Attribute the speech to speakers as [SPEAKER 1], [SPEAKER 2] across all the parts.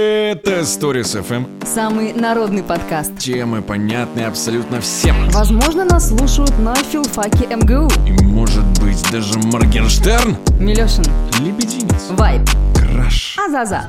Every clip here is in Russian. [SPEAKER 1] Это Stories FM.
[SPEAKER 2] Самый народный подкаст.
[SPEAKER 1] Темы понятны абсолютно всем.
[SPEAKER 2] Возможно, нас слушают на филфаке МГУ.
[SPEAKER 1] И может быть даже Моргенштерн?
[SPEAKER 2] Милешин,
[SPEAKER 1] Лебединец.
[SPEAKER 2] Вайб, А,
[SPEAKER 1] Краш.
[SPEAKER 2] Азаза.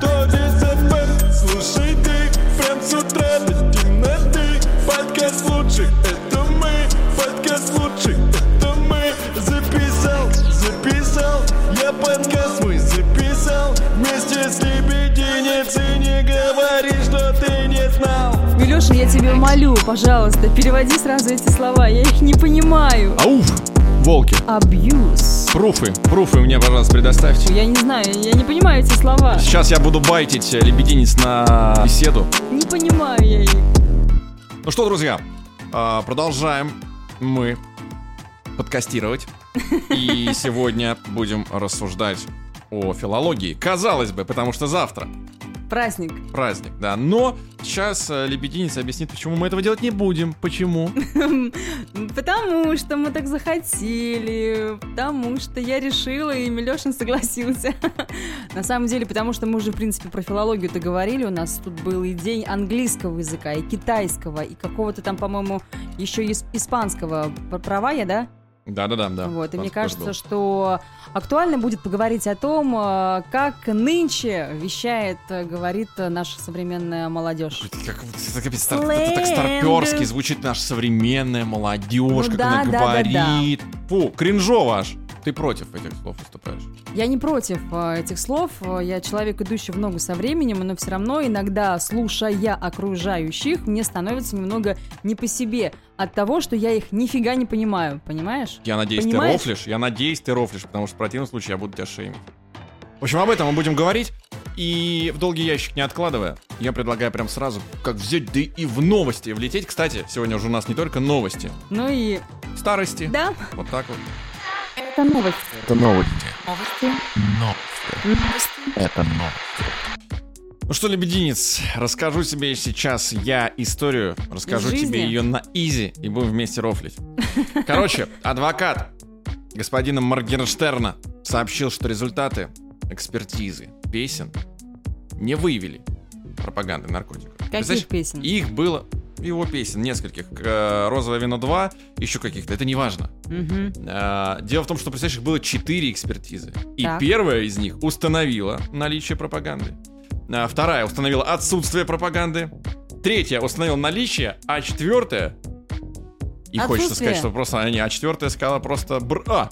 [SPEAKER 3] Слушай ты, прям с утра до темноты Подкаст лучший, это мы Подкаст лучший, это мы Записал, записал Я подкаст мой записал Вместе с Лебединец И не говори, что ты не знал
[SPEAKER 2] Милешин, я тебя молю, пожалуйста, переводи сразу эти слова, я их не понимаю.
[SPEAKER 1] Ауф! Волки.
[SPEAKER 2] Абьюз.
[SPEAKER 1] Пруфы. Пруфы мне, пожалуйста, предоставьте.
[SPEAKER 2] Я не знаю, я не понимаю эти слова.
[SPEAKER 1] Сейчас я буду байтить э, лебединец на беседу.
[SPEAKER 2] Не понимаю я их.
[SPEAKER 1] Ну что, друзья, а, продолжаем мы подкастировать. И сегодня будем рассуждать о филологии. Казалось бы, потому что завтра
[SPEAKER 2] Праздник.
[SPEAKER 1] праздник, да. Но сейчас э, Лебединец объяснит, почему мы этого делать не будем. Почему?
[SPEAKER 2] Потому что мы так захотели, потому что я решила, и Милешин согласился. На самом деле, потому что мы уже, в принципе, про филологию-то говорили, у нас тут был и день английского языка, и китайского, и какого-то там, по-моему, еще и испанского. П- Права я, да?
[SPEAKER 1] Да-да-да. да.
[SPEAKER 2] вот, и мне
[SPEAKER 1] Паспорт
[SPEAKER 2] кажется,
[SPEAKER 1] был.
[SPEAKER 2] что актуально будет поговорить о том, э, как нынче вещает, э, говорит э, наша современная молодежь.
[SPEAKER 1] Блин, Как, вот это капец, стар- это так старперски звучит наша современная молодежь,
[SPEAKER 2] Ну
[SPEAKER 1] как
[SPEAKER 2] да,
[SPEAKER 1] она
[SPEAKER 2] да, да, да.
[SPEAKER 1] говорит. Фу, кринжово аж. Ты против этих слов выступаешь.
[SPEAKER 2] Я не против э, этих слов. Э, Я человек, идущий в ногу со временем, но все равно иногда, слушая окружающих, мне становится немного не по себе от того, что я их нифига не понимаю. Понимаешь?
[SPEAKER 1] Я надеюсь, ты
[SPEAKER 2] Понимаешь?
[SPEAKER 1] рофлишь. Я надеюсь, ты рофлишь, потому что в противном случае я буду тебя шеймить. В общем, об этом мы будем говорить. И в долгий ящик не откладывая, я предлагаю прям сразу, как взять, да и в новости влететь. Кстати, сегодня уже у нас не только новости,
[SPEAKER 2] Ну и
[SPEAKER 1] старости.
[SPEAKER 2] да.
[SPEAKER 1] Вот так вот.
[SPEAKER 2] Это новость.
[SPEAKER 1] Это новости. Ну что, лебединец, расскажу тебе сейчас я историю, расскажу
[SPEAKER 2] Из жизни?
[SPEAKER 1] тебе ее на изи, и будем вместе рофлить. Короче, адвокат господина Моргенштерна сообщил, что результаты экспертизы песен не выявили пропаганды наркотиков. Представляешь,
[SPEAKER 2] Каких песен?
[SPEAKER 1] Их было, его песен, нескольких. Э, «Розовое вино 2», еще каких-то, это не важно.
[SPEAKER 2] Мгм.
[SPEAKER 1] А, Дело в том, что, представляешь, их было 4 экспертизы. И
[SPEAKER 2] Так.
[SPEAKER 1] первая из них установила наличие пропаганды. А, Вторая установила отсутствие пропаганды. Третья установила наличие, а четвертая... И хочется
[SPEAKER 2] Отсутствие.
[SPEAKER 1] сказать, что просто они, а четвертая сказала просто а, бра.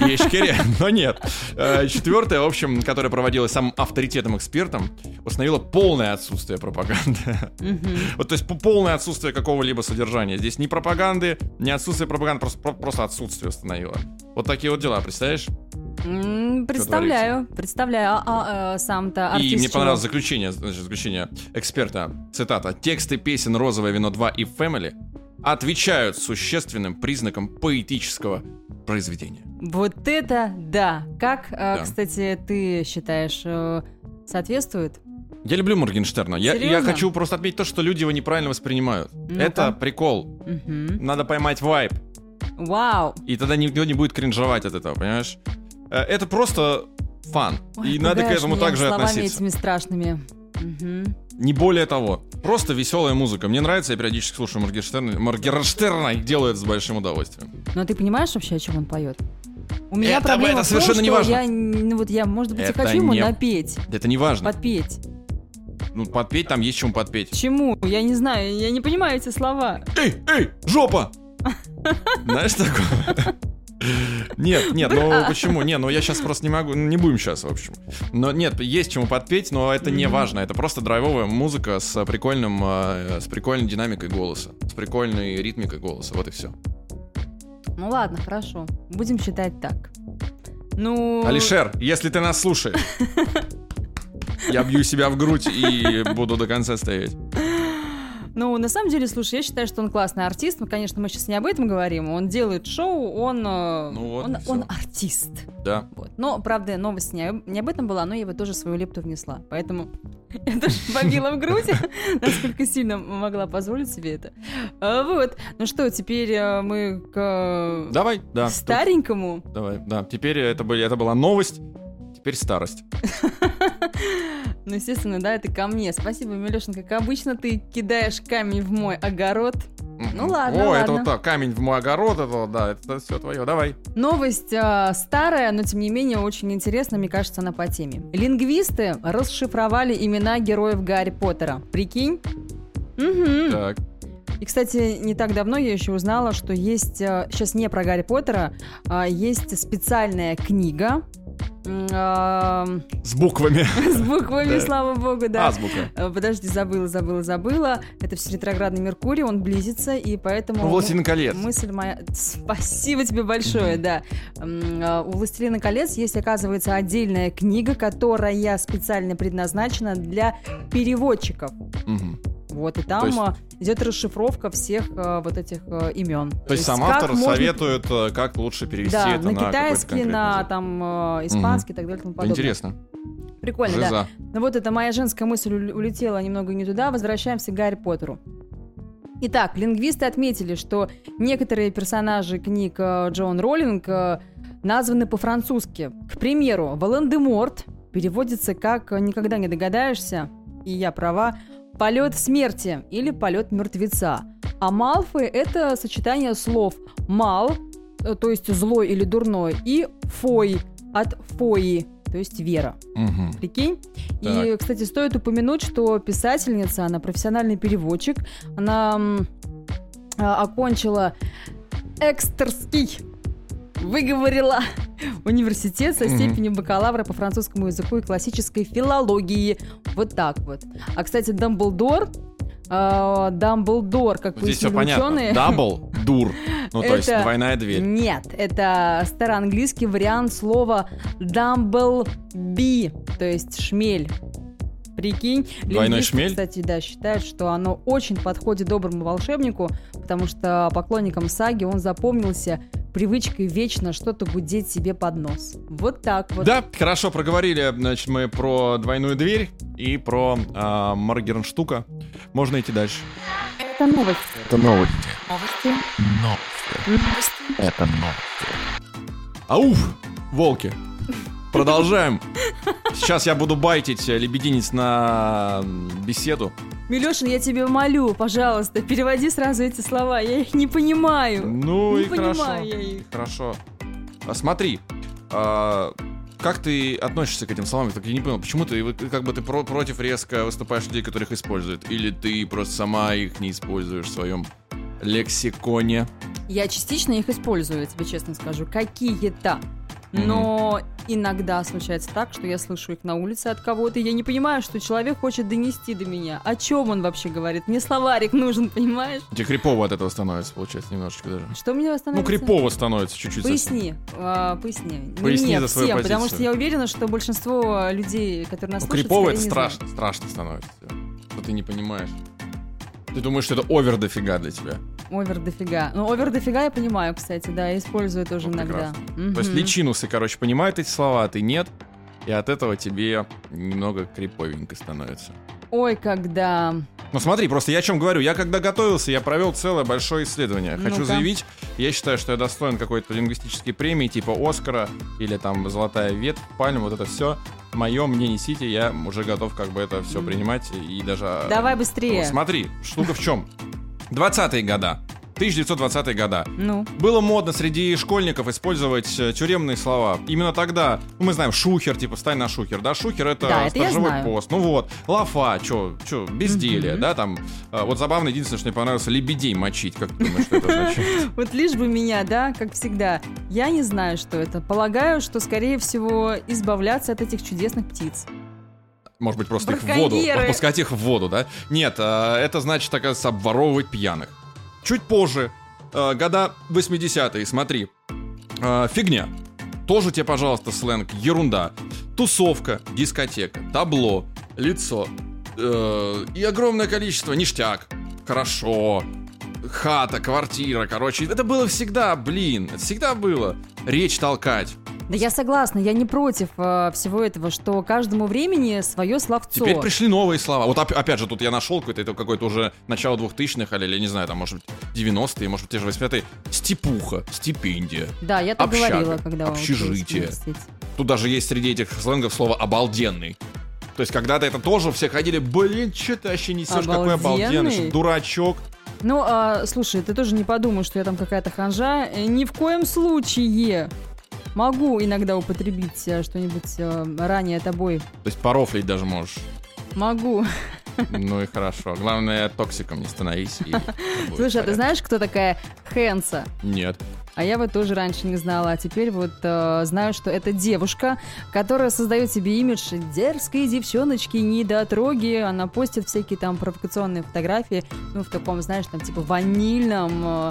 [SPEAKER 1] Ешкере, но нет. Э, Четвертая, в общем, которая проводилась самым авторитетным экспертом, установила полное отсутствие пропаганды.
[SPEAKER 2] Мгм.
[SPEAKER 1] Вот, то есть по- полное отсутствие какого-либо содержания. Здесь ни пропаганды, ни отсутствие пропаганды, просто, про- просто отсутствие установило. Вот такие вот дела, представляешь?
[SPEAKER 2] М, Представляю, представляю. А, а, э, сам-то артист.
[SPEAKER 1] и мне
[SPEAKER 2] чего?
[SPEAKER 1] понравилось заключение, значит, заключение эксперта. Цитата. «Тексты песен «Розовое вино 2» и «Family» отвечают существенным признакам поэтического произведения».
[SPEAKER 2] Вот это да. Как, э,
[SPEAKER 1] Да.
[SPEAKER 2] кстати, ты считаешь, э, соответствует?
[SPEAKER 1] Я люблю Моргенштерна. Я, я
[SPEAKER 2] Серьезно?
[SPEAKER 1] хочу просто отметить то, что люди его неправильно воспринимают. Это прикол.
[SPEAKER 2] Мгм.
[SPEAKER 1] Надо поймать вайб.
[SPEAKER 2] Вау.
[SPEAKER 1] И тогда никто не будет кринжовать от этого, понимаешь? Э, Это просто фан.
[SPEAKER 2] Ой,
[SPEAKER 1] и надо к
[SPEAKER 2] пугаешь
[SPEAKER 1] этому
[SPEAKER 2] меня
[SPEAKER 1] также
[SPEAKER 2] словами
[SPEAKER 1] относиться.
[SPEAKER 2] этими страшными. Мгм.
[SPEAKER 1] Не более того. Просто веселая музыка. Мне нравится, я периодически слушаю Моргенштерна, Моргенштерна и делаю это с большим удовольствием.
[SPEAKER 2] Но ты понимаешь вообще, о чем он поет? У меня
[SPEAKER 1] Это-
[SPEAKER 2] проблема
[SPEAKER 1] это
[SPEAKER 2] в том,
[SPEAKER 1] совершенно
[SPEAKER 2] что
[SPEAKER 1] не важно.
[SPEAKER 2] я, ну вот я, может быть, и
[SPEAKER 1] Это
[SPEAKER 2] хочу ему
[SPEAKER 1] не-
[SPEAKER 2] напеть,
[SPEAKER 1] Да Это не важно.
[SPEAKER 2] подпеть.
[SPEAKER 1] Ну, подпеть там есть чему подпеть.
[SPEAKER 2] Чему? Я не знаю, я не понимаю эти слова.
[SPEAKER 1] Эй, эй, жопа! Знаешь такое? Нет, нет, ну почему? Не, ну я сейчас просто не могу, не будем сейчас, в общем. Но нет, есть чему подпеть, но это не
[SPEAKER 2] Мгм.
[SPEAKER 1] важно. Это просто драйвовая музыка с прикольным, э, с прикольной динамикой голоса, с прикольной ритмикой голоса. Вот и все.
[SPEAKER 2] Ну ладно, хорошо, будем считать так. Ну...
[SPEAKER 1] Алишер, если ты нас слушаешь, я бью себя в грудь и буду до конца стоять.
[SPEAKER 2] Ну, на самом деле, слушай, я считаю, что он классный артист. Мы, конечно, мы сейчас не об этом говорим. Он делает шоу, он, э,
[SPEAKER 1] Ну вот
[SPEAKER 2] он,
[SPEAKER 1] и всё.
[SPEAKER 2] он артист.
[SPEAKER 1] Да.
[SPEAKER 2] Вот. Но, правда, новость не, об- не об этом была, но я бы тоже свою лепту внесла. Поэтому я тоже бомбила в грудь, насколько сильно могла позволить себе это. А, Вот. Ну что, теперь э, мы к э,
[SPEAKER 1] Давай, да. тут-
[SPEAKER 2] старенькому.
[SPEAKER 1] Давай, да. Теперь это, были, это была новость, теперь старость.
[SPEAKER 2] Ну, естественно, да, это ко мне. Спасибо, Милешин, как обычно, ты кидаешь камень в мой огород. Ну ладно,
[SPEAKER 1] О, это
[SPEAKER 2] ладно.
[SPEAKER 1] вот так, камень в мой огород, это вот, да, это все твое, давай.
[SPEAKER 2] Новость э, старая, но тем не менее очень интересна, мне кажется, она по теме. Лингвисты расшифровали имена героев Гарри Поттера. Прикинь? Мгм.
[SPEAKER 1] Так,
[SPEAKER 2] И, кстати, не так давно я еще узнала, что есть, сейчас не про Гарри Поттера, а есть специальная книга м, а,
[SPEAKER 1] с буквами.
[SPEAKER 2] с буквами,
[SPEAKER 1] Да. А.
[SPEAKER 2] слава богу, да.
[SPEAKER 1] Азбука.
[SPEAKER 2] Э, Подожди, забыла, забыла, забыла. Это все ретроградный Меркурий, он близится, и поэтому...
[SPEAKER 1] Ну, «Властелин колец».
[SPEAKER 2] Мысль моя... Спасибо тебе большое, да. М, э, У «Властелина колец» есть, оказывается, отдельная книга, которая специально предназначена для переводчиков.
[SPEAKER 1] Мгм.
[SPEAKER 2] Вот, и
[SPEAKER 1] То
[SPEAKER 2] там
[SPEAKER 1] есть-
[SPEAKER 2] э, идет расшифровка всех э, вот этих имен.
[SPEAKER 1] То есть сам автор советует, э, как лучше перевести
[SPEAKER 2] Да,
[SPEAKER 1] это
[SPEAKER 2] на,
[SPEAKER 1] на, какой-то
[SPEAKER 2] китайский,
[SPEAKER 1] конкретный
[SPEAKER 2] на
[SPEAKER 1] язык.
[SPEAKER 2] там э, испанский и так далее и тому
[SPEAKER 1] Да
[SPEAKER 2] подобное.
[SPEAKER 1] Интересно.
[SPEAKER 2] Прикольно, да.
[SPEAKER 1] Жиза.
[SPEAKER 2] Ну вот это моя женская мысль уль- улетела немного не туда. Возвращаемся к Гарри Поттеру. Итак, лингвисты отметили, что некоторые персонажи книг э, Джон Роллинг э, названы по-французски. К примеру, Волан-де-Морт переводится как э, «никогда не догадаешься», и я права, «полет смерти» или «полет мертвеца». А Малфой – это сочетание слов «мал», э, то есть «злой» или «дурной», и «фой» от «фои», то есть «вера».
[SPEAKER 1] Мгм.
[SPEAKER 2] Прикинь. И,
[SPEAKER 1] Так.
[SPEAKER 2] кстати, стоит упомянуть, что писательница, она профессиональный переводчик, она м, а, окончила экстерский, выговорила университет со
[SPEAKER 1] Мгм.
[SPEAKER 2] степенью бакалавра по французскому языку и классической филологии. Вот так вот. А, кстати, Дамблдор, а, Дамблдор, как
[SPEAKER 1] Здесь все
[SPEAKER 2] пояснили
[SPEAKER 1] понятно.
[SPEAKER 2] ученые...
[SPEAKER 1] Дабл, дур. Ну, то есть
[SPEAKER 2] Это-
[SPEAKER 1] двойная дверь.
[SPEAKER 2] Нет, это староанглийский вариант слова «дамблби», то есть «шмель». Прикинь,
[SPEAKER 1] Двойной
[SPEAKER 2] лингвисты,
[SPEAKER 1] шмель?
[SPEAKER 2] кстати, да, считают, что оно очень подходит доброму волшебнику, потому что поклонникам саги он запомнился привычкой вечно что-то гудеть себе под нос. Вот так вот.
[SPEAKER 1] Да, хорошо проговорили, значит, мы про двойную дверь и про а, Маргернштука. Можно идти дальше.
[SPEAKER 2] Это новость.
[SPEAKER 1] Это новость. Ауф, волки. Продолжаем. Сейчас я буду байтить э, лебединец на м, беседу.
[SPEAKER 2] Милешин, я тебе молю, пожалуйста, переводи сразу эти слова, я их не понимаю.
[SPEAKER 1] Ну
[SPEAKER 2] не
[SPEAKER 1] и
[SPEAKER 2] понимаю
[SPEAKER 1] хорошо.
[SPEAKER 2] я их.
[SPEAKER 1] Хорошо. А Смотри, а, как ты относишься к этим словам? Я так и не понял, почему ты вот, как бы ты про- против резко выступаешь людей, которых используют? Или ты просто сама их не используешь в своем лексиконе?
[SPEAKER 2] Я частично их использую, я тебе честно скажу. Какие-то. Но иногда случается так, что я слышу их на улице от кого-то, и я не понимаю, что человек хочет донести до меня. О чем он вообще говорит? Мне словарик нужен, понимаешь?
[SPEAKER 1] Тебе крипово от этого становится, получается, немножечко даже.
[SPEAKER 2] Что мне
[SPEAKER 1] Ну,
[SPEAKER 2] остановится?
[SPEAKER 1] крипово становится чуть-чуть. совсем.
[SPEAKER 2] Поясни, а, поясни. Не
[SPEAKER 1] Поясни
[SPEAKER 2] мне,
[SPEAKER 1] за свою
[SPEAKER 2] всем, потому
[SPEAKER 1] позицию.
[SPEAKER 2] что я уверена, что большинство людей, которые нас
[SPEAKER 1] Ну,
[SPEAKER 2] слушают,
[SPEAKER 1] крипово это
[SPEAKER 2] скорее не
[SPEAKER 1] страшно, страшно становится. Что ты не понимаешь. Ты думаешь, что это овер дофига для тебя.
[SPEAKER 2] знают. Овер дофига. Ну, овер дофига я понимаю, кстати, да, я использую тоже
[SPEAKER 1] Ну,
[SPEAKER 2] иногда.
[SPEAKER 1] прекрасно. То есть
[SPEAKER 2] Мгм.
[SPEAKER 1] личинусы, короче, понимают эти слова, а ты нет. И от этого тебе немного криповенько становится.
[SPEAKER 2] Ой, когда...
[SPEAKER 1] Ну смотри, просто я о чем говорю. Я когда готовился, я провел целое большое исследование. Хочу
[SPEAKER 2] Ну-ка.
[SPEAKER 1] заявить, я считаю, что я достоин какой-то лингвистической премии, типа Оскара или там Золотая ветвь, Пальм, вот это все. Мое мне несите, я уже готов как бы это все
[SPEAKER 2] Мгм.
[SPEAKER 1] принимать и даже...
[SPEAKER 2] Давай
[SPEAKER 1] Вот
[SPEAKER 2] быстрее.
[SPEAKER 1] смотри, штука в чем. 20-е года. 1920-е года.
[SPEAKER 2] Ну,
[SPEAKER 1] Было модно среди школьников использовать э, тюремные слова. Именно тогда, ну, мы знаем, шухер, типа, встань на шухер, да, шухер это
[SPEAKER 2] Да, это я
[SPEAKER 1] сторожевой
[SPEAKER 2] знаю.
[SPEAKER 1] пост. Ну вот, лафа, чё, чё, безделие,
[SPEAKER 2] Мгм.
[SPEAKER 1] да, там. э, Вот забавно, единственное, что мне понравилось, лебедей мочить, как ты думаешь, что это значит?
[SPEAKER 2] Вот лишь бы меня, да, как всегда. Я не знаю, что это. Полагаю, что, скорее всего, избавляться от этих чудесных птиц.
[SPEAKER 1] Может быть, просто их в воду,
[SPEAKER 2] Браконьеры.
[SPEAKER 1] отпускать их в воду, да? Нет, э, это значит, оказывается, обворовывать пьяных. Чуть позже, э, года 80-е, смотри, Э, фигня. Тоже тебе, пожалуйста, сленг. Ерунда. Тусовка, дискотека, табло, лицо. э, и огромное количество. Ништяк. Хорошо. Хата, квартира, короче. Это было всегда, блин. Это всегда было. Речь толкать.
[SPEAKER 2] Да я согласна, я не против э, всего этого, что каждому времени свое словцо.
[SPEAKER 1] Теперь пришли новые слова. Вот оп- опять же, тут я нашел какой-то, это какой-то уже начало 2000-х, или, или не знаю, там, может быть, 90-е, может быть, те же 80-е. Степуха, стипендия.
[SPEAKER 2] Да, я так
[SPEAKER 1] общага,
[SPEAKER 2] говорила, когда училась в
[SPEAKER 1] общежитие.
[SPEAKER 2] университете.
[SPEAKER 1] Тут даже есть среди этих сленгов слово «обалденный». То есть когда-то это тоже все ходили, блин, что ты вообще несешь, какой обалденный,
[SPEAKER 2] Обалденный.
[SPEAKER 1] что ты дурачок.
[SPEAKER 2] Ну, а, слушай, ты тоже не подумай, что я там какая-то ханжа. Э, Ни в коем случае могу иногда употребить э, что-нибудь э, ранее тобой.
[SPEAKER 1] То есть порофлить даже можешь.
[SPEAKER 2] Могу.
[SPEAKER 1] Ну и хорошо. Главное, токсиком не становись. и будет
[SPEAKER 2] Слушай, а ты
[SPEAKER 1] порядок.
[SPEAKER 2] знаешь, кто такая Хэнса?
[SPEAKER 1] Нет.
[SPEAKER 2] А я вот тоже раньше не знала, а теперь вот э, знаю, что это девушка, которая создает себе имидж дерзкой девчоночки, недотроги. Она постит всякие там провокационные фотографии, ну, в таком, знаешь, там, типа, ванильном, э,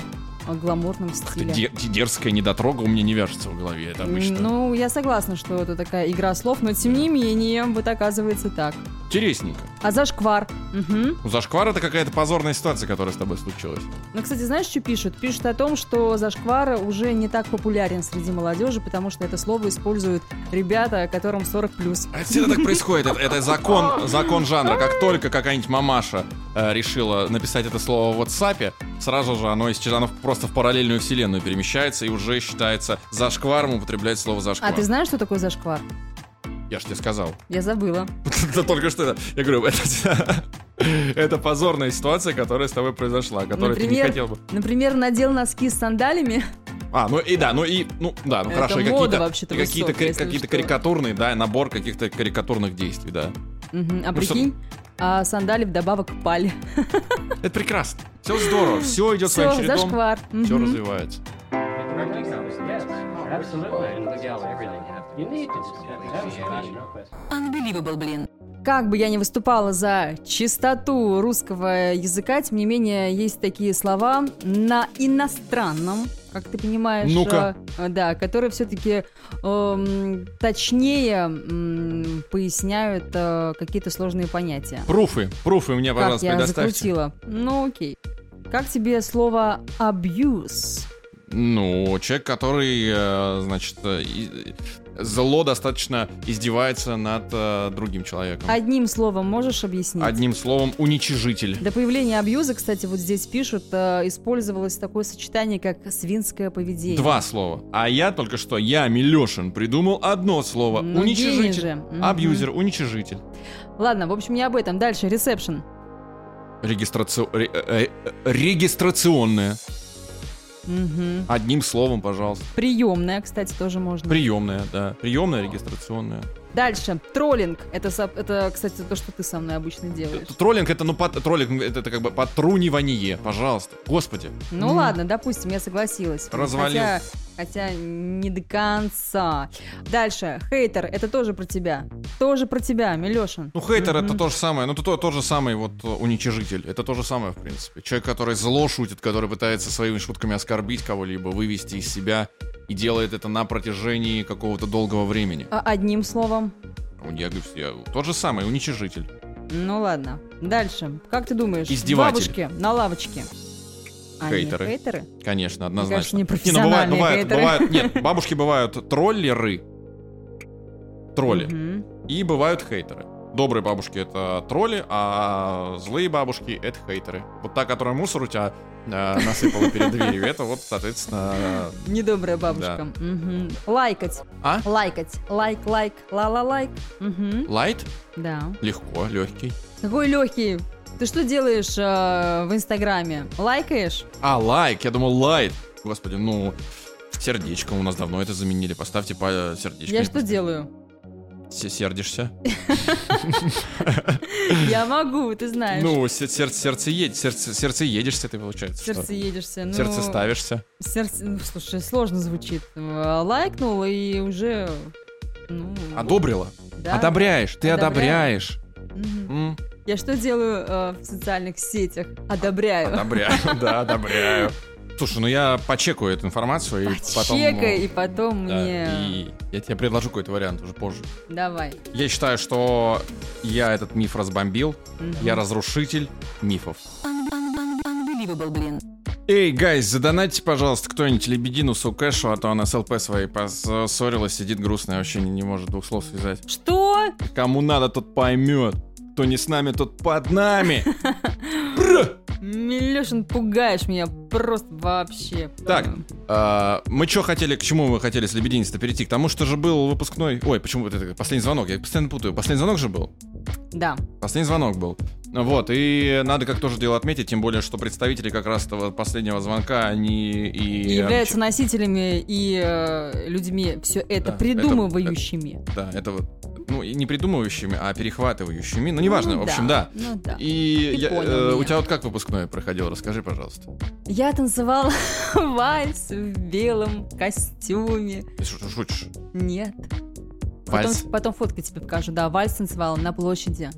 [SPEAKER 2] гламурном
[SPEAKER 1] Ты
[SPEAKER 2] стиле.
[SPEAKER 1] де- де- дерзкая недотрога у меня не вяжется в голове, это обычно.
[SPEAKER 2] Ну, я согласна, что это такая игра слов, но тем не менее, вот оказывается так.
[SPEAKER 1] Интересненько.
[SPEAKER 2] А зашквар. Мгм.
[SPEAKER 1] Ну, зашквар это какая-то позорная ситуация, которая с тобой случилась.
[SPEAKER 2] Ну, кстати, знаешь, что пишут? Пишут о том, что зашквар уже не так популярен среди молодежи, потому что это слово используют ребята, которым 40 плюс.
[SPEAKER 1] А Это всегда так происходит. Это, это закон, закон жанра. Как только какая-нибудь мамаша э, решила написать это слово в WhatsApp, сразу же оно из оно просто в параллельную вселенную перемещается и уже считается зашкваром употреблять слово зашквар.
[SPEAKER 2] А ты знаешь, что такое зашквар?
[SPEAKER 1] Я же тебе сказал.
[SPEAKER 2] Я забыла.
[SPEAKER 1] Да только что это. Я говорю, это, это позорная ситуация, которая с тобой произошла, которую ты не
[SPEAKER 2] Например?
[SPEAKER 1] хотел бы.
[SPEAKER 2] Например, надел носки с сандалями.
[SPEAKER 1] А, ну и да, ну и, ну да, ну
[SPEAKER 2] Это
[SPEAKER 1] хорошо, и
[SPEAKER 2] мода
[SPEAKER 1] какие-то,
[SPEAKER 2] вообще-то
[SPEAKER 1] и какие-то,
[SPEAKER 2] высокая,
[SPEAKER 1] кари-
[SPEAKER 2] если
[SPEAKER 1] какие-то
[SPEAKER 2] что.
[SPEAKER 1] карикатурные, да, набор каких-то карикатурных действий, да.
[SPEAKER 2] Мгм, А
[SPEAKER 1] Ну что-
[SPEAKER 2] прикинь, а сандали вдобавок пали.
[SPEAKER 1] Это прекрасно. Все здорово, все идет своим
[SPEAKER 2] Все,
[SPEAKER 1] чередом.
[SPEAKER 2] зашквар.
[SPEAKER 1] Все
[SPEAKER 2] Мгм.
[SPEAKER 1] развивается.
[SPEAKER 4] Yes, absolutely. And the gallery, everything. You need to.
[SPEAKER 5] Unbelievable, блин.
[SPEAKER 2] Как бы я ни выступала за чистоту русского языка, тем не менее, есть такие слова на иностранном, как ты понимаешь,
[SPEAKER 1] Ну-ка.
[SPEAKER 2] э, да, которые все-таки точнее м, поясняют э, какие-то сложные понятия.
[SPEAKER 1] Пруфы, пруфы мне,
[SPEAKER 2] Как
[SPEAKER 1] пожалуйста,
[SPEAKER 2] я
[SPEAKER 1] предоставьте.
[SPEAKER 2] закрутила. Ну окей. Как тебе слово абьюз?
[SPEAKER 1] Ну, человек, который, э, значит, э, и- э, зло достаточно издевается над э, другим человеком.
[SPEAKER 2] Одним словом можешь объяснить?
[SPEAKER 1] Одним словом, уничижитель.
[SPEAKER 2] До появления абьюза, кстати, вот здесь пишут, э, использовалось такое сочетание, как свинское поведение.
[SPEAKER 1] Два слова. А я только что, я, Милешин, придумал одно слово.
[SPEAKER 2] Ну, гений
[SPEAKER 1] уничижитель.
[SPEAKER 2] же. Мгм.
[SPEAKER 1] Абьюзер, уничижитель.
[SPEAKER 2] Ладно, в общем, не об этом. Дальше, ресепшн.
[SPEAKER 1] Регистраци- ре- э, э, регистрационная.
[SPEAKER 2] Мгм.
[SPEAKER 1] Одним словом, пожалуйста.
[SPEAKER 2] Приемная, кстати, тоже можно.
[SPEAKER 1] Приемная, да. Приемная, регистрационная.
[SPEAKER 2] Дальше, троллинг. Это, со- это, кстати, то, что ты со мной обычно делаешь.
[SPEAKER 1] Троллинг это, ну, под- троллинг это, это как бы потрунивание, пожалуйста. Господи.
[SPEAKER 2] Ну ладно, допустим, я согласилась.
[SPEAKER 1] Развалил.
[SPEAKER 2] Хотя, хотя не до конца. Дальше, хейтер. Это тоже про тебя. Тоже про тебя, Милешин.
[SPEAKER 1] Ну, хейтер это то же самое. Ну, это то, тот же самый вот э, уничижитель. Это то же самое, в принципе. Человек, который зло шутит, который пытается своими шутками оскорбить кого-либо, вывести из себя и делает это на протяжении какого-то долгого времени. Ну,
[SPEAKER 2] А Одним словом.
[SPEAKER 1] Я говорю, я- тот же самый, уничижитель.
[SPEAKER 2] Ну ладно. Дальше. Как ты думаешь?
[SPEAKER 1] Издеватель.
[SPEAKER 2] Бабушки на лавочке. Они
[SPEAKER 1] Хейтеры.
[SPEAKER 2] хейтеры?
[SPEAKER 1] Конечно,
[SPEAKER 2] кажется,
[SPEAKER 1] однозначно. ну,
[SPEAKER 2] непрофессиональные
[SPEAKER 1] бывает, бывает,
[SPEAKER 2] хейтеры.
[SPEAKER 1] бывает- Нет, бабушки бывают троллеры. Тролли.
[SPEAKER 2] Мгм.
[SPEAKER 1] И бывают хейтеры. Добрые бабушки это тролли, а злые бабушки это хейтеры. Вот та, которая мусор у тебя э, насыпала перед дверью, это вот, соответственно...
[SPEAKER 2] Недобрая бабушка. Мгм. Лайкать.
[SPEAKER 1] А?
[SPEAKER 2] Лайкать. Лайк, лайк, ла-ла-лайк. Мгм.
[SPEAKER 1] Лайт?
[SPEAKER 2] Да.
[SPEAKER 1] Легко, легкий.
[SPEAKER 2] Какой легкий. Ты что делаешь э, в Инстаграме? Лайкаешь?
[SPEAKER 1] А, лайк, я думал лайт. Господи, ну... Сердечко, у нас давно это заменили. Поставьте по сердечко.
[SPEAKER 2] Я что делаю?
[SPEAKER 1] Се- Сердишься?
[SPEAKER 2] Я могу, ты знаешь.
[SPEAKER 1] Ну, се- сер- сердце, едешь, сердце, сердце едешься ты, получается. что?
[SPEAKER 2] Сердце едешься. Ну,
[SPEAKER 1] Сердце ставишься.
[SPEAKER 2] сердце- ну, слушай, сложно звучит. Э, Лайкнул и уже... Ну,
[SPEAKER 1] Одобрила.
[SPEAKER 2] да.
[SPEAKER 1] Одобряешь, ты
[SPEAKER 2] Одобряю.
[SPEAKER 1] одобряешь.
[SPEAKER 2] Мгм.
[SPEAKER 1] М,
[SPEAKER 2] Я что делаю э, в социальных сетях? Одобряю.
[SPEAKER 1] Одобряю, да, одобряю. Слушай, ну я почекаю эту информацию и потом... ну,
[SPEAKER 2] Чекай, и потом
[SPEAKER 1] да,
[SPEAKER 2] мне...
[SPEAKER 1] и я тебе предложу какой-то вариант уже позже.
[SPEAKER 2] Давай.
[SPEAKER 1] Я считаю, что я этот миф разбомбил. Я разрушитель мифов.
[SPEAKER 5] Un- un- un- Unbelievable, блин.
[SPEAKER 1] Эй, гайз, задонатьте, пожалуйста, кто-ннибудь Лебедину Сукэшу, а то она с ЛП своей поссорилась, сидит грустная, вообще не, не может двух слов связать.
[SPEAKER 2] Что?
[SPEAKER 1] Кому надо, тот поймет. Кто не с нами, тот под нами.
[SPEAKER 2] Милешин, пугаешь меня просто вообще.
[SPEAKER 1] Так, А, мы что хотели, к чему мы хотели с Лебединец-то перейти? К тому, что же был выпускной... Ой, почему вот это последний звонок? Я постоянно путаю. Последний звонок же был?
[SPEAKER 2] Да.
[SPEAKER 1] Последний звонок был. Вот, и надо как тоже дело отметить, тем более, что представители как раз этого последнего звонка, они и...
[SPEAKER 2] И являются носителями и э, людьми все это
[SPEAKER 1] Да,
[SPEAKER 2] придумывающими.
[SPEAKER 1] Да, это вот, ну, и не придумывающими, а перехватывающими, ну, неважно,
[SPEAKER 2] Ну
[SPEAKER 1] в общем, да.
[SPEAKER 2] Ну да.
[SPEAKER 1] И
[SPEAKER 2] Ты
[SPEAKER 1] я-
[SPEAKER 2] понял
[SPEAKER 1] э,
[SPEAKER 2] меня.
[SPEAKER 1] у тебя вот как выпускной проходил, расскажи, пожалуйста.
[SPEAKER 2] Я танцевала вальс в белом костюме.
[SPEAKER 1] Ты шу- шутишь?
[SPEAKER 2] Нет.
[SPEAKER 1] Вальс?
[SPEAKER 2] Потом, потом фотки тебе покажу. Да, вальс танцевала на площади.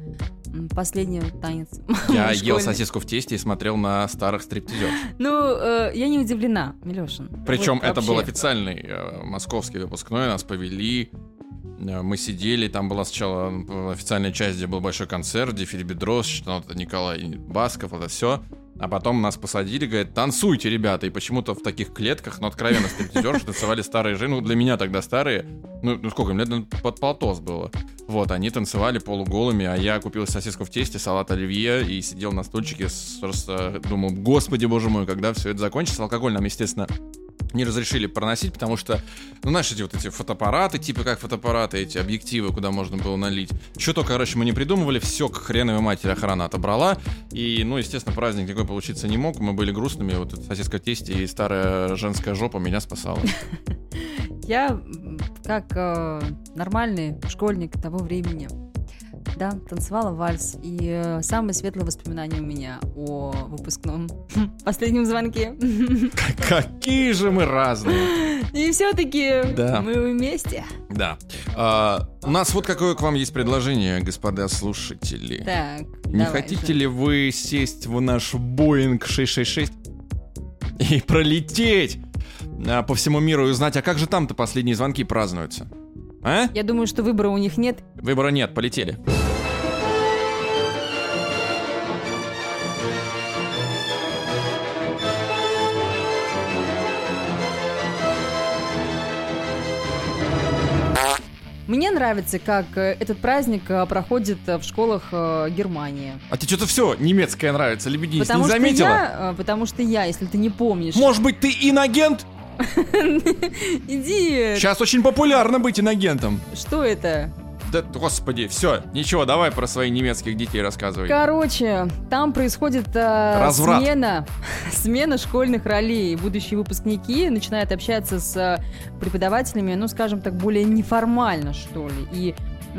[SPEAKER 2] М, Последний танец.
[SPEAKER 1] Я
[SPEAKER 2] мой
[SPEAKER 1] ел
[SPEAKER 2] школьный.
[SPEAKER 1] сосиску в тесте и смотрел на старых стриптизерш.
[SPEAKER 2] Ну, э, я не удивлена, Милешин.
[SPEAKER 1] Причем
[SPEAKER 2] Вот
[SPEAKER 1] это был
[SPEAKER 2] вообще.
[SPEAKER 1] официальный э, московский выпускной, нас повели, э, мы сидели, там была сначала э, официальная часть, где был большой концерт, Дефиль Бедрос, Николай Басков, это все. А потом нас посадили, говорят, танцуйте, ребята. И почему-то в таких клетках, ну, откровенно, стриптизерши танцевали старые жены. Ну, для меня тогда старые. Ну, ну, сколько им лет? наверное, Под полтос было. Вот, они танцевали полуголыми, а я купил сосиску в тесте, салат оливье и сидел на стульчике, с- просто думал, господи, боже мой, когда все это закончится. Алкоголь нам, естественно, не разрешили проносить, потому что, ну, знаешь, эти вот эти фотоаппараты, типа как фотоаппараты, эти объективы, куда можно было налить. Что то, короче, мы не придумывали, все к хреновой матери охрана отобрала. И, ну, естественно, праздник никакой получиться не мог. Мы были грустными, вот эта сосиска в тесте и старая женская жопа меня спасала.
[SPEAKER 2] Я, м, как э, нормальный школьник того времени, да, танцевала вальс. И э, самые светлые воспоминания у меня о выпускном последнем звонке.
[SPEAKER 1] Какие же мы разные!
[SPEAKER 2] И все-таки
[SPEAKER 1] Да.
[SPEAKER 2] мы вместе.
[SPEAKER 1] Да. А, у нас вот какое к вам есть предложение, господа слушатели.
[SPEAKER 2] Так,
[SPEAKER 1] Не
[SPEAKER 2] давай
[SPEAKER 1] хотите
[SPEAKER 2] же.
[SPEAKER 1] ли вы сесть в наш Боинг 666 и пролететь а, по всему миру и узнать, а как же там-то последние звонки празднуются? А?
[SPEAKER 2] Я думаю, что выбора у них нет.
[SPEAKER 1] Выбора нет, полетели.
[SPEAKER 2] Мне нравится, как э, этот праздник э, проходит э, в школах э, Германии.
[SPEAKER 1] А тебе что-то все немецкое нравится, Лебединец,
[SPEAKER 2] Потому
[SPEAKER 1] не
[SPEAKER 2] что
[SPEAKER 1] заметила?
[SPEAKER 2] я, э, потому что я, если ты не помнишь,
[SPEAKER 1] Может быть, ты иногент?
[SPEAKER 2] иди, э,
[SPEAKER 1] Сейчас очень популярно быть иногентом.
[SPEAKER 2] что это?
[SPEAKER 1] Да, господи, все, ничего, давай про своих немецких детей рассказывай.
[SPEAKER 2] Короче, там происходит э,
[SPEAKER 1] Разврат.
[SPEAKER 2] смена, смена школьных ролей. Будущие выпускники начинают общаться с э, преподавателями, ну, скажем так, более неформально, что ли, и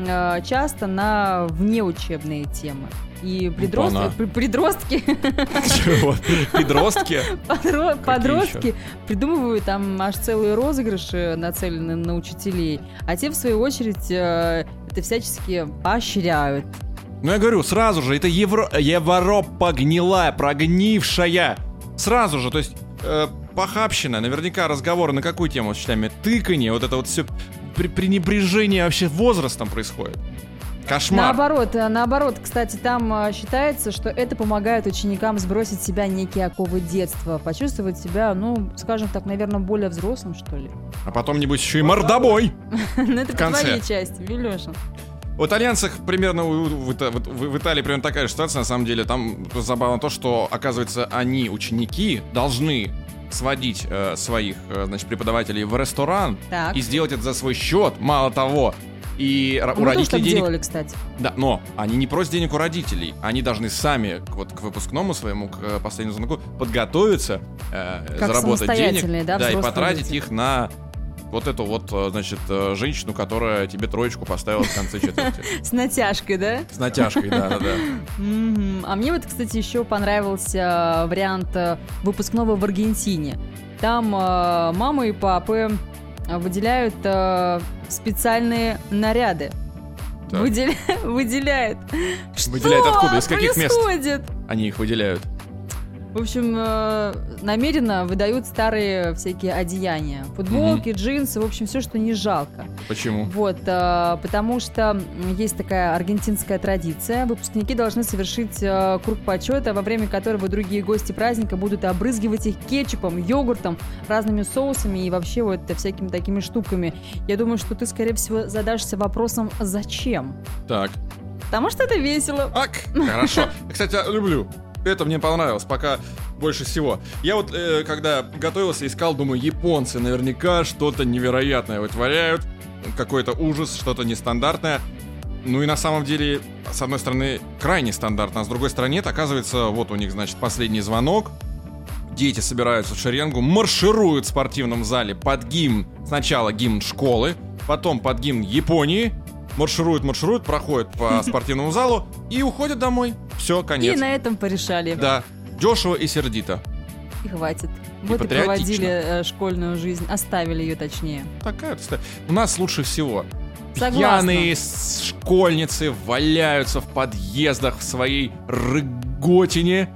[SPEAKER 2] э, часто на внеучебные темы. И
[SPEAKER 1] Опана.
[SPEAKER 2] придростки, при- придростки
[SPEAKER 1] Чего? Подростки?
[SPEAKER 2] Подро-
[SPEAKER 1] еще?
[SPEAKER 2] Подростки придумывают там аж целые розыгрыши, нацеленные на учителей, а те, в свою очередь, э, это всячески поощряют.
[SPEAKER 1] Ну я говорю, сразу же, это Евро... Европа гнилая, прогнившая. Сразу же, то есть э, похабщина, наверняка разговоры на какую тему с членами? Тыканье, вот это вот все пренебрежение вообще возрастом происходит. Кошмар.
[SPEAKER 2] Наоборот, э, наоборот, кстати, там э, считается, что это помогает ученикам сбросить с себя некие оковы детства, почувствовать себя, ну, скажем так, наверное, более взрослым, что ли.
[SPEAKER 1] А потом, небось, еще и мордобой.
[SPEAKER 2] Ну, это
[SPEAKER 1] В
[SPEAKER 2] по
[SPEAKER 1] конце.
[SPEAKER 2] твоей части, Велеша.
[SPEAKER 1] У итальянцев примерно, у- у- в, Ита- вот в- в Италии примерно такая же ситуация, на самом деле. Там забавно то, что, оказывается, они, ученики, должны сводить э, своих, э, значит, преподавателей в ресторан
[SPEAKER 2] Так.
[SPEAKER 1] и сделать это за свой счет, мало того. И ра- у
[SPEAKER 2] Мы тоже
[SPEAKER 1] родителей
[SPEAKER 2] А так
[SPEAKER 1] денег...
[SPEAKER 2] делали, кстати.
[SPEAKER 1] Да, но они не просят денег у родителей. Они должны сами к- вот, к выпускному своему, к э, последнему звонку, подготовиться, э,
[SPEAKER 2] Как
[SPEAKER 1] заработать
[SPEAKER 2] самостоятельные,
[SPEAKER 1] денег.
[SPEAKER 2] да,
[SPEAKER 1] и
[SPEAKER 2] взрослые
[SPEAKER 1] потратить
[SPEAKER 2] люди.
[SPEAKER 1] их на вот эту вот, э, значит, э, женщину, которая тебе троечку поставила в конце четверти.
[SPEAKER 2] С натяжкой, да?
[SPEAKER 1] С натяжкой, да-да-да.
[SPEAKER 2] Мгм. А мне вот, кстати, еще понравился вариант э, выпускного в Аргентине. Там э, мамы и папы э, выделяют э, специальные наряды.
[SPEAKER 1] Так.
[SPEAKER 2] Выделя- Выделяют.
[SPEAKER 1] Выделяют
[SPEAKER 2] Что
[SPEAKER 1] откуда? Из каких мест?
[SPEAKER 2] происходит?
[SPEAKER 1] Они их выделяют.
[SPEAKER 2] В общем, э, намеренно выдают старые всякие одеяния. Футболки, джинсы, в общем, все, что не жалко.
[SPEAKER 1] Почему?
[SPEAKER 2] Вот, э, потому что м, есть такая аргентинская традиция. Выпускники должны совершить э, круг почета, во время которого другие гости праздника будут обрызгивать их кетчупом, йогуртом, разными соусами и вообще вот всякими такими штуками. Я думаю, что ты, скорее всего, задашься вопросом «Зачем?».
[SPEAKER 1] Так.
[SPEAKER 2] Потому что это весело.
[SPEAKER 1] Ак! Хорошо. Кстати, я люблю. Это мне понравилось. Пока больше всего. Я вот, э, когда готовился, искал, думаю, японцы наверняка что-то невероятное вытворяют. Какой-то ужас, что-то нестандартное. Ну и на самом деле, с одной стороны, крайне стандартно, а с другой стороны, нет. оказывается, вот у них, значит, последний звонок. Дети собираются в шеренгу, маршируют в спортивном зале под гимн. Сначала гимн школы, потом под гимн Японии. Маршируют, маршируют, проходят по спортивному залу и уходят домой. Все,
[SPEAKER 2] И
[SPEAKER 1] конец.
[SPEAKER 2] на этом порешали.
[SPEAKER 1] Да, дешево и сердито.
[SPEAKER 2] И хватит. Вот и
[SPEAKER 1] патриотично.
[SPEAKER 2] проводили э, школьную жизнь, оставили ее точнее.
[SPEAKER 1] Такая вот история. У нас лучше всего.
[SPEAKER 2] Согласна.
[SPEAKER 1] Пьяные с- школьницы валяются в подъездах в своей рыготине.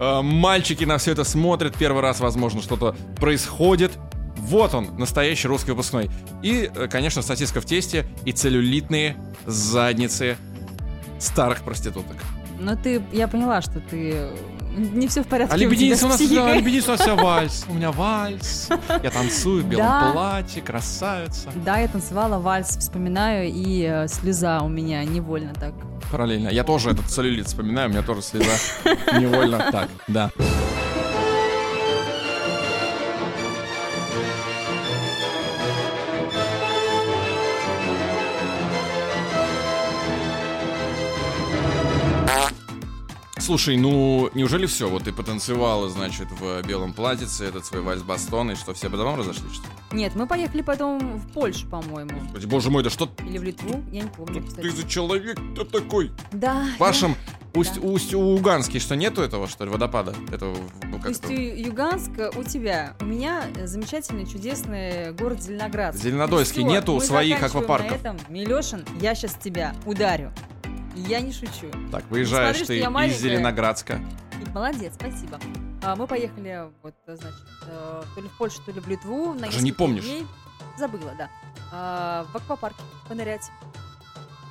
[SPEAKER 1] Э, Мальчики на все это смотрят. Первый раз, возможно, что-то происходит. Вот он, настоящий русский выпускной. И, э, конечно, сосиска в тесте и целлюлитные задницы старых проституток.
[SPEAKER 2] Но ты, я поняла, что ты э, не все в порядке.
[SPEAKER 1] А
[SPEAKER 2] у тебя
[SPEAKER 1] лебединица у
[SPEAKER 2] с
[SPEAKER 1] нас,
[SPEAKER 2] психикой.
[SPEAKER 1] да, лебединица у нас вся вальс. У меня вальс. Я танцую в белом
[SPEAKER 2] Да.
[SPEAKER 1] платье, красавица.
[SPEAKER 2] Да, я танцевала вальс, вспоминаю, и э, слеза у меня невольно так.
[SPEAKER 1] Параллельно. Я тоже этот целлюлит вспоминаю, у меня тоже слеза невольно так, да. Слушай, ну неужели все? Вот ты потанцевала, значит, в белом платьице, этот свой вальс-бастон, и что, все по домам разошлись? что ли?
[SPEAKER 2] Нет, мы поехали потом в Польшу, по-моему.
[SPEAKER 1] Господи, Боже мой, да что
[SPEAKER 2] Или в Литву, я не помню,
[SPEAKER 1] ты
[SPEAKER 2] кстати.
[SPEAKER 1] за человек-то такой?
[SPEAKER 2] Да.
[SPEAKER 1] В вашем усть, усть уганский что нету этого что ли водопада этого ну, как
[SPEAKER 2] Пусть
[SPEAKER 1] это?
[SPEAKER 2] Юганск у тебя. У меня э, замечательный, чудесный город Зеленоградск.
[SPEAKER 1] Зеленодольский
[SPEAKER 2] Всё,
[SPEAKER 1] нету
[SPEAKER 2] мы
[SPEAKER 1] своих
[SPEAKER 2] заканчиваем
[SPEAKER 1] аквапарков.
[SPEAKER 2] На этом. Милешин, я сейчас тебя ударю. И Я не шучу.
[SPEAKER 1] Так выезжаешь
[SPEAKER 2] Смотри, что
[SPEAKER 1] ты
[SPEAKER 2] я
[SPEAKER 1] из
[SPEAKER 2] маленькая.
[SPEAKER 1] Зеленоградска.
[SPEAKER 2] И молодец, спасибо. А, мы поехали, вот, значит, э, то ли в Польшу, то ли в Литву. На
[SPEAKER 1] Даже не
[SPEAKER 2] несколько
[SPEAKER 1] помнишь.
[SPEAKER 2] дней. Забыла, да. А, в аквапарке понырять.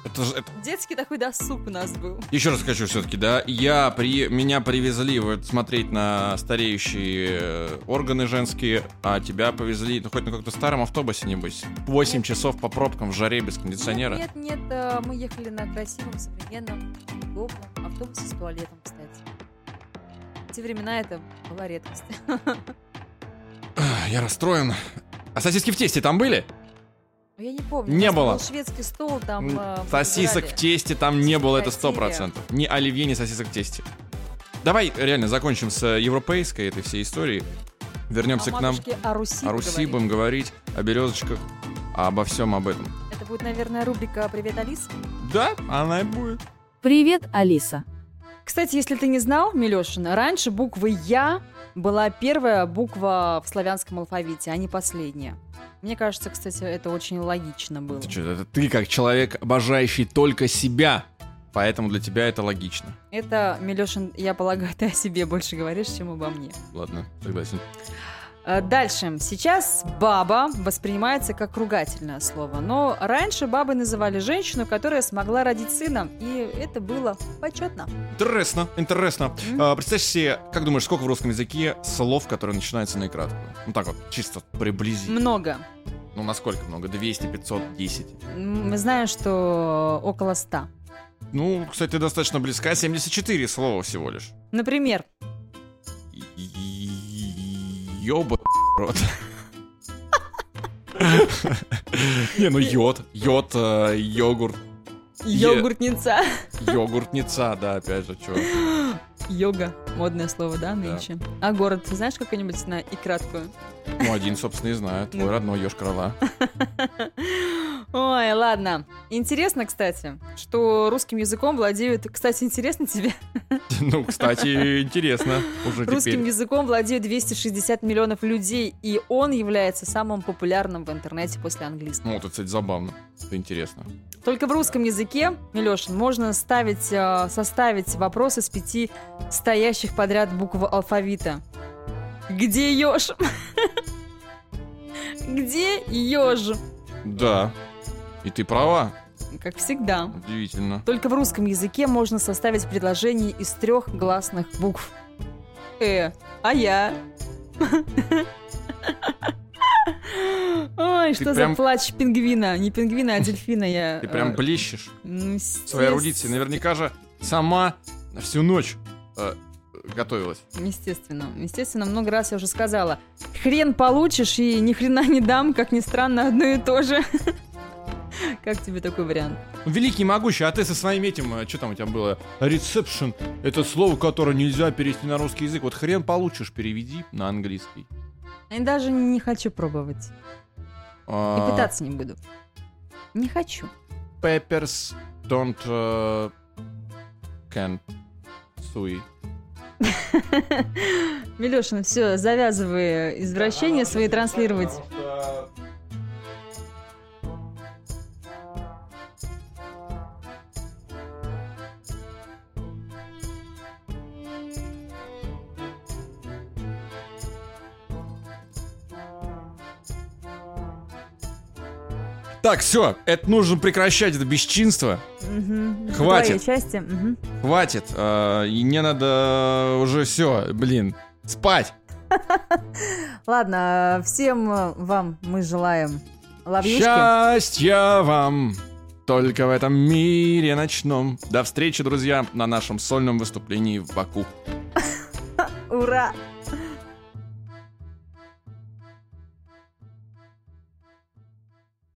[SPEAKER 1] Это же- это-
[SPEAKER 2] Детский такой досуг у нас был.
[SPEAKER 1] Еще раз хочу все-таки, да, я при меня привезли вот смотреть на стареющие э, органы женские, а тебя повезли ну, хоть на каком-то старом автобусе небось. 8 часов по пробкам в жаре без кондиционера.
[SPEAKER 2] Нет, нет, нет, э, мы ехали на красивом, современном, удобном автобусе с туалетом, кстати. В те времена это была редкость.
[SPEAKER 1] Ах, Я расстроен. А сосиски в тесте там были?
[SPEAKER 2] Но я не помню.
[SPEAKER 1] Не
[SPEAKER 2] у нас
[SPEAKER 1] было.
[SPEAKER 2] был шведский стол там. э, мы
[SPEAKER 1] Сосисок в
[SPEAKER 2] выбирали.
[SPEAKER 1] тесте там не было, это сто
[SPEAKER 2] Сократили.
[SPEAKER 1] процентов. Ни оливье, ни сосисок в тесте. Давай реально закончим с э, европейской этой всей истории. Вернемся
[SPEAKER 2] О
[SPEAKER 1] к нам.
[SPEAKER 2] А матушке о Руси
[SPEAKER 1] О Руси
[SPEAKER 2] поговорим.
[SPEAKER 1] будем говорить, о березочках, обо всем об этом.
[SPEAKER 2] Это будет, наверное, рубрика «Привет, Алиса».
[SPEAKER 1] Да, она и будет.
[SPEAKER 5] Привет, Алиса.
[SPEAKER 2] Кстати, если ты не знал, Милешина, раньше буква Я была первая буква в славянском алфавите, а не последняя. Мне кажется, кстати, это очень логично было.
[SPEAKER 1] Ты чё, это ты как человек, обожающий только себя. Поэтому для тебя это логично.
[SPEAKER 2] Это, Милешин, я полагаю, ты о себе больше говоришь, чем обо мне.
[SPEAKER 1] Ладно, согласен.
[SPEAKER 2] А, Дальше. Сейчас баба воспринимается как ругательное слово, но раньше бабой называли женщину, которая смогла родить сына, и это было почетно.
[SPEAKER 1] Интересно, интересно.
[SPEAKER 2] М?
[SPEAKER 1] А, представь себе, как думаешь, сколько в русском языке слов, которые начинаются на икратку? Ну так вот, чисто приблизительно.
[SPEAKER 2] Много.
[SPEAKER 1] Ну насколько много? 200, 500, 10.
[SPEAKER 2] М, Мы знаем, что около ста.
[SPEAKER 1] Ну, кстати, ты достаточно близка. 74 слова всего лишь.
[SPEAKER 2] Например,
[SPEAKER 1] Ёба рот. Не, ну йод. Йод, э, йогурт. Е-
[SPEAKER 2] йогуртница.
[SPEAKER 1] Йогуртница, да, опять же, чё.
[SPEAKER 2] Йога. Модное слово, да, нынче? А город, ты знаешь какой-нибудь на и краткую?
[SPEAKER 1] Ну, один, собственно, и знаю. Твой
[SPEAKER 2] Ну.
[SPEAKER 1] родной ёж крыла.
[SPEAKER 2] Ой, ладно. Интересно, кстати, что русским языком владеют... Кстати, интересно тебе?
[SPEAKER 1] Ну, кстати, интересно уже
[SPEAKER 2] Русским
[SPEAKER 1] теперь.
[SPEAKER 2] языком владеют 260 миллионов людей, и он является самым популярным в интернете после английского.
[SPEAKER 1] Ну, это, кстати, забавно. Это интересно.
[SPEAKER 2] Только в русском языке, Милешин, можно ставить, э, составить вопрос из пяти стоящих подряд букв алфавита. Где еж? Где еж?
[SPEAKER 1] Да. И ты права.
[SPEAKER 2] Как всегда.
[SPEAKER 1] Удивительно.
[SPEAKER 2] Только в русском языке можно составить предложение из трех гласных букв. Э, а я. Ой, что
[SPEAKER 1] прям-
[SPEAKER 2] за плач пингвина? Не пингвина, а дельфина я.
[SPEAKER 1] Ты прям
[SPEAKER 2] э,
[SPEAKER 1] блещешь
[SPEAKER 2] м,
[SPEAKER 1] своей эрудицией. Наверняка же сама всю ночь э, готовилась?
[SPEAKER 2] Естественно, естественно, много раз я уже сказала. Хрен получишь и ни хрена не дам, как ни странно, одно и то же. Как тебе такой вариант?
[SPEAKER 1] Ну, Великий и могучий, а ты со своим этим, что там у тебя было? Ресепшн. Это слово, которое нельзя перевести на русский язык. Вот хрен получишь, переведи на английский.
[SPEAKER 2] Я даже не хочу пробовать. И
[SPEAKER 1] А,
[SPEAKER 2] питаться не буду. Не хочу.
[SPEAKER 1] Peppers don't э, can sui.
[SPEAKER 2] Милешин, все, завязывай извращения свои транслировать.
[SPEAKER 1] Так, все, это нужно прекращать, это бесчинство.
[SPEAKER 2] Мгм. По
[SPEAKER 1] Хватит.
[SPEAKER 2] твоей части. мгм.
[SPEAKER 1] Хватит, э, и мне надо уже все, блин, спать.
[SPEAKER 2] Ладно, всем э, вам мы желаем ловьюшки.
[SPEAKER 1] Счастья вам только в этом мире ночном. До встречи, друзья, на нашем сольном выступлении в Баку.
[SPEAKER 2] Ура!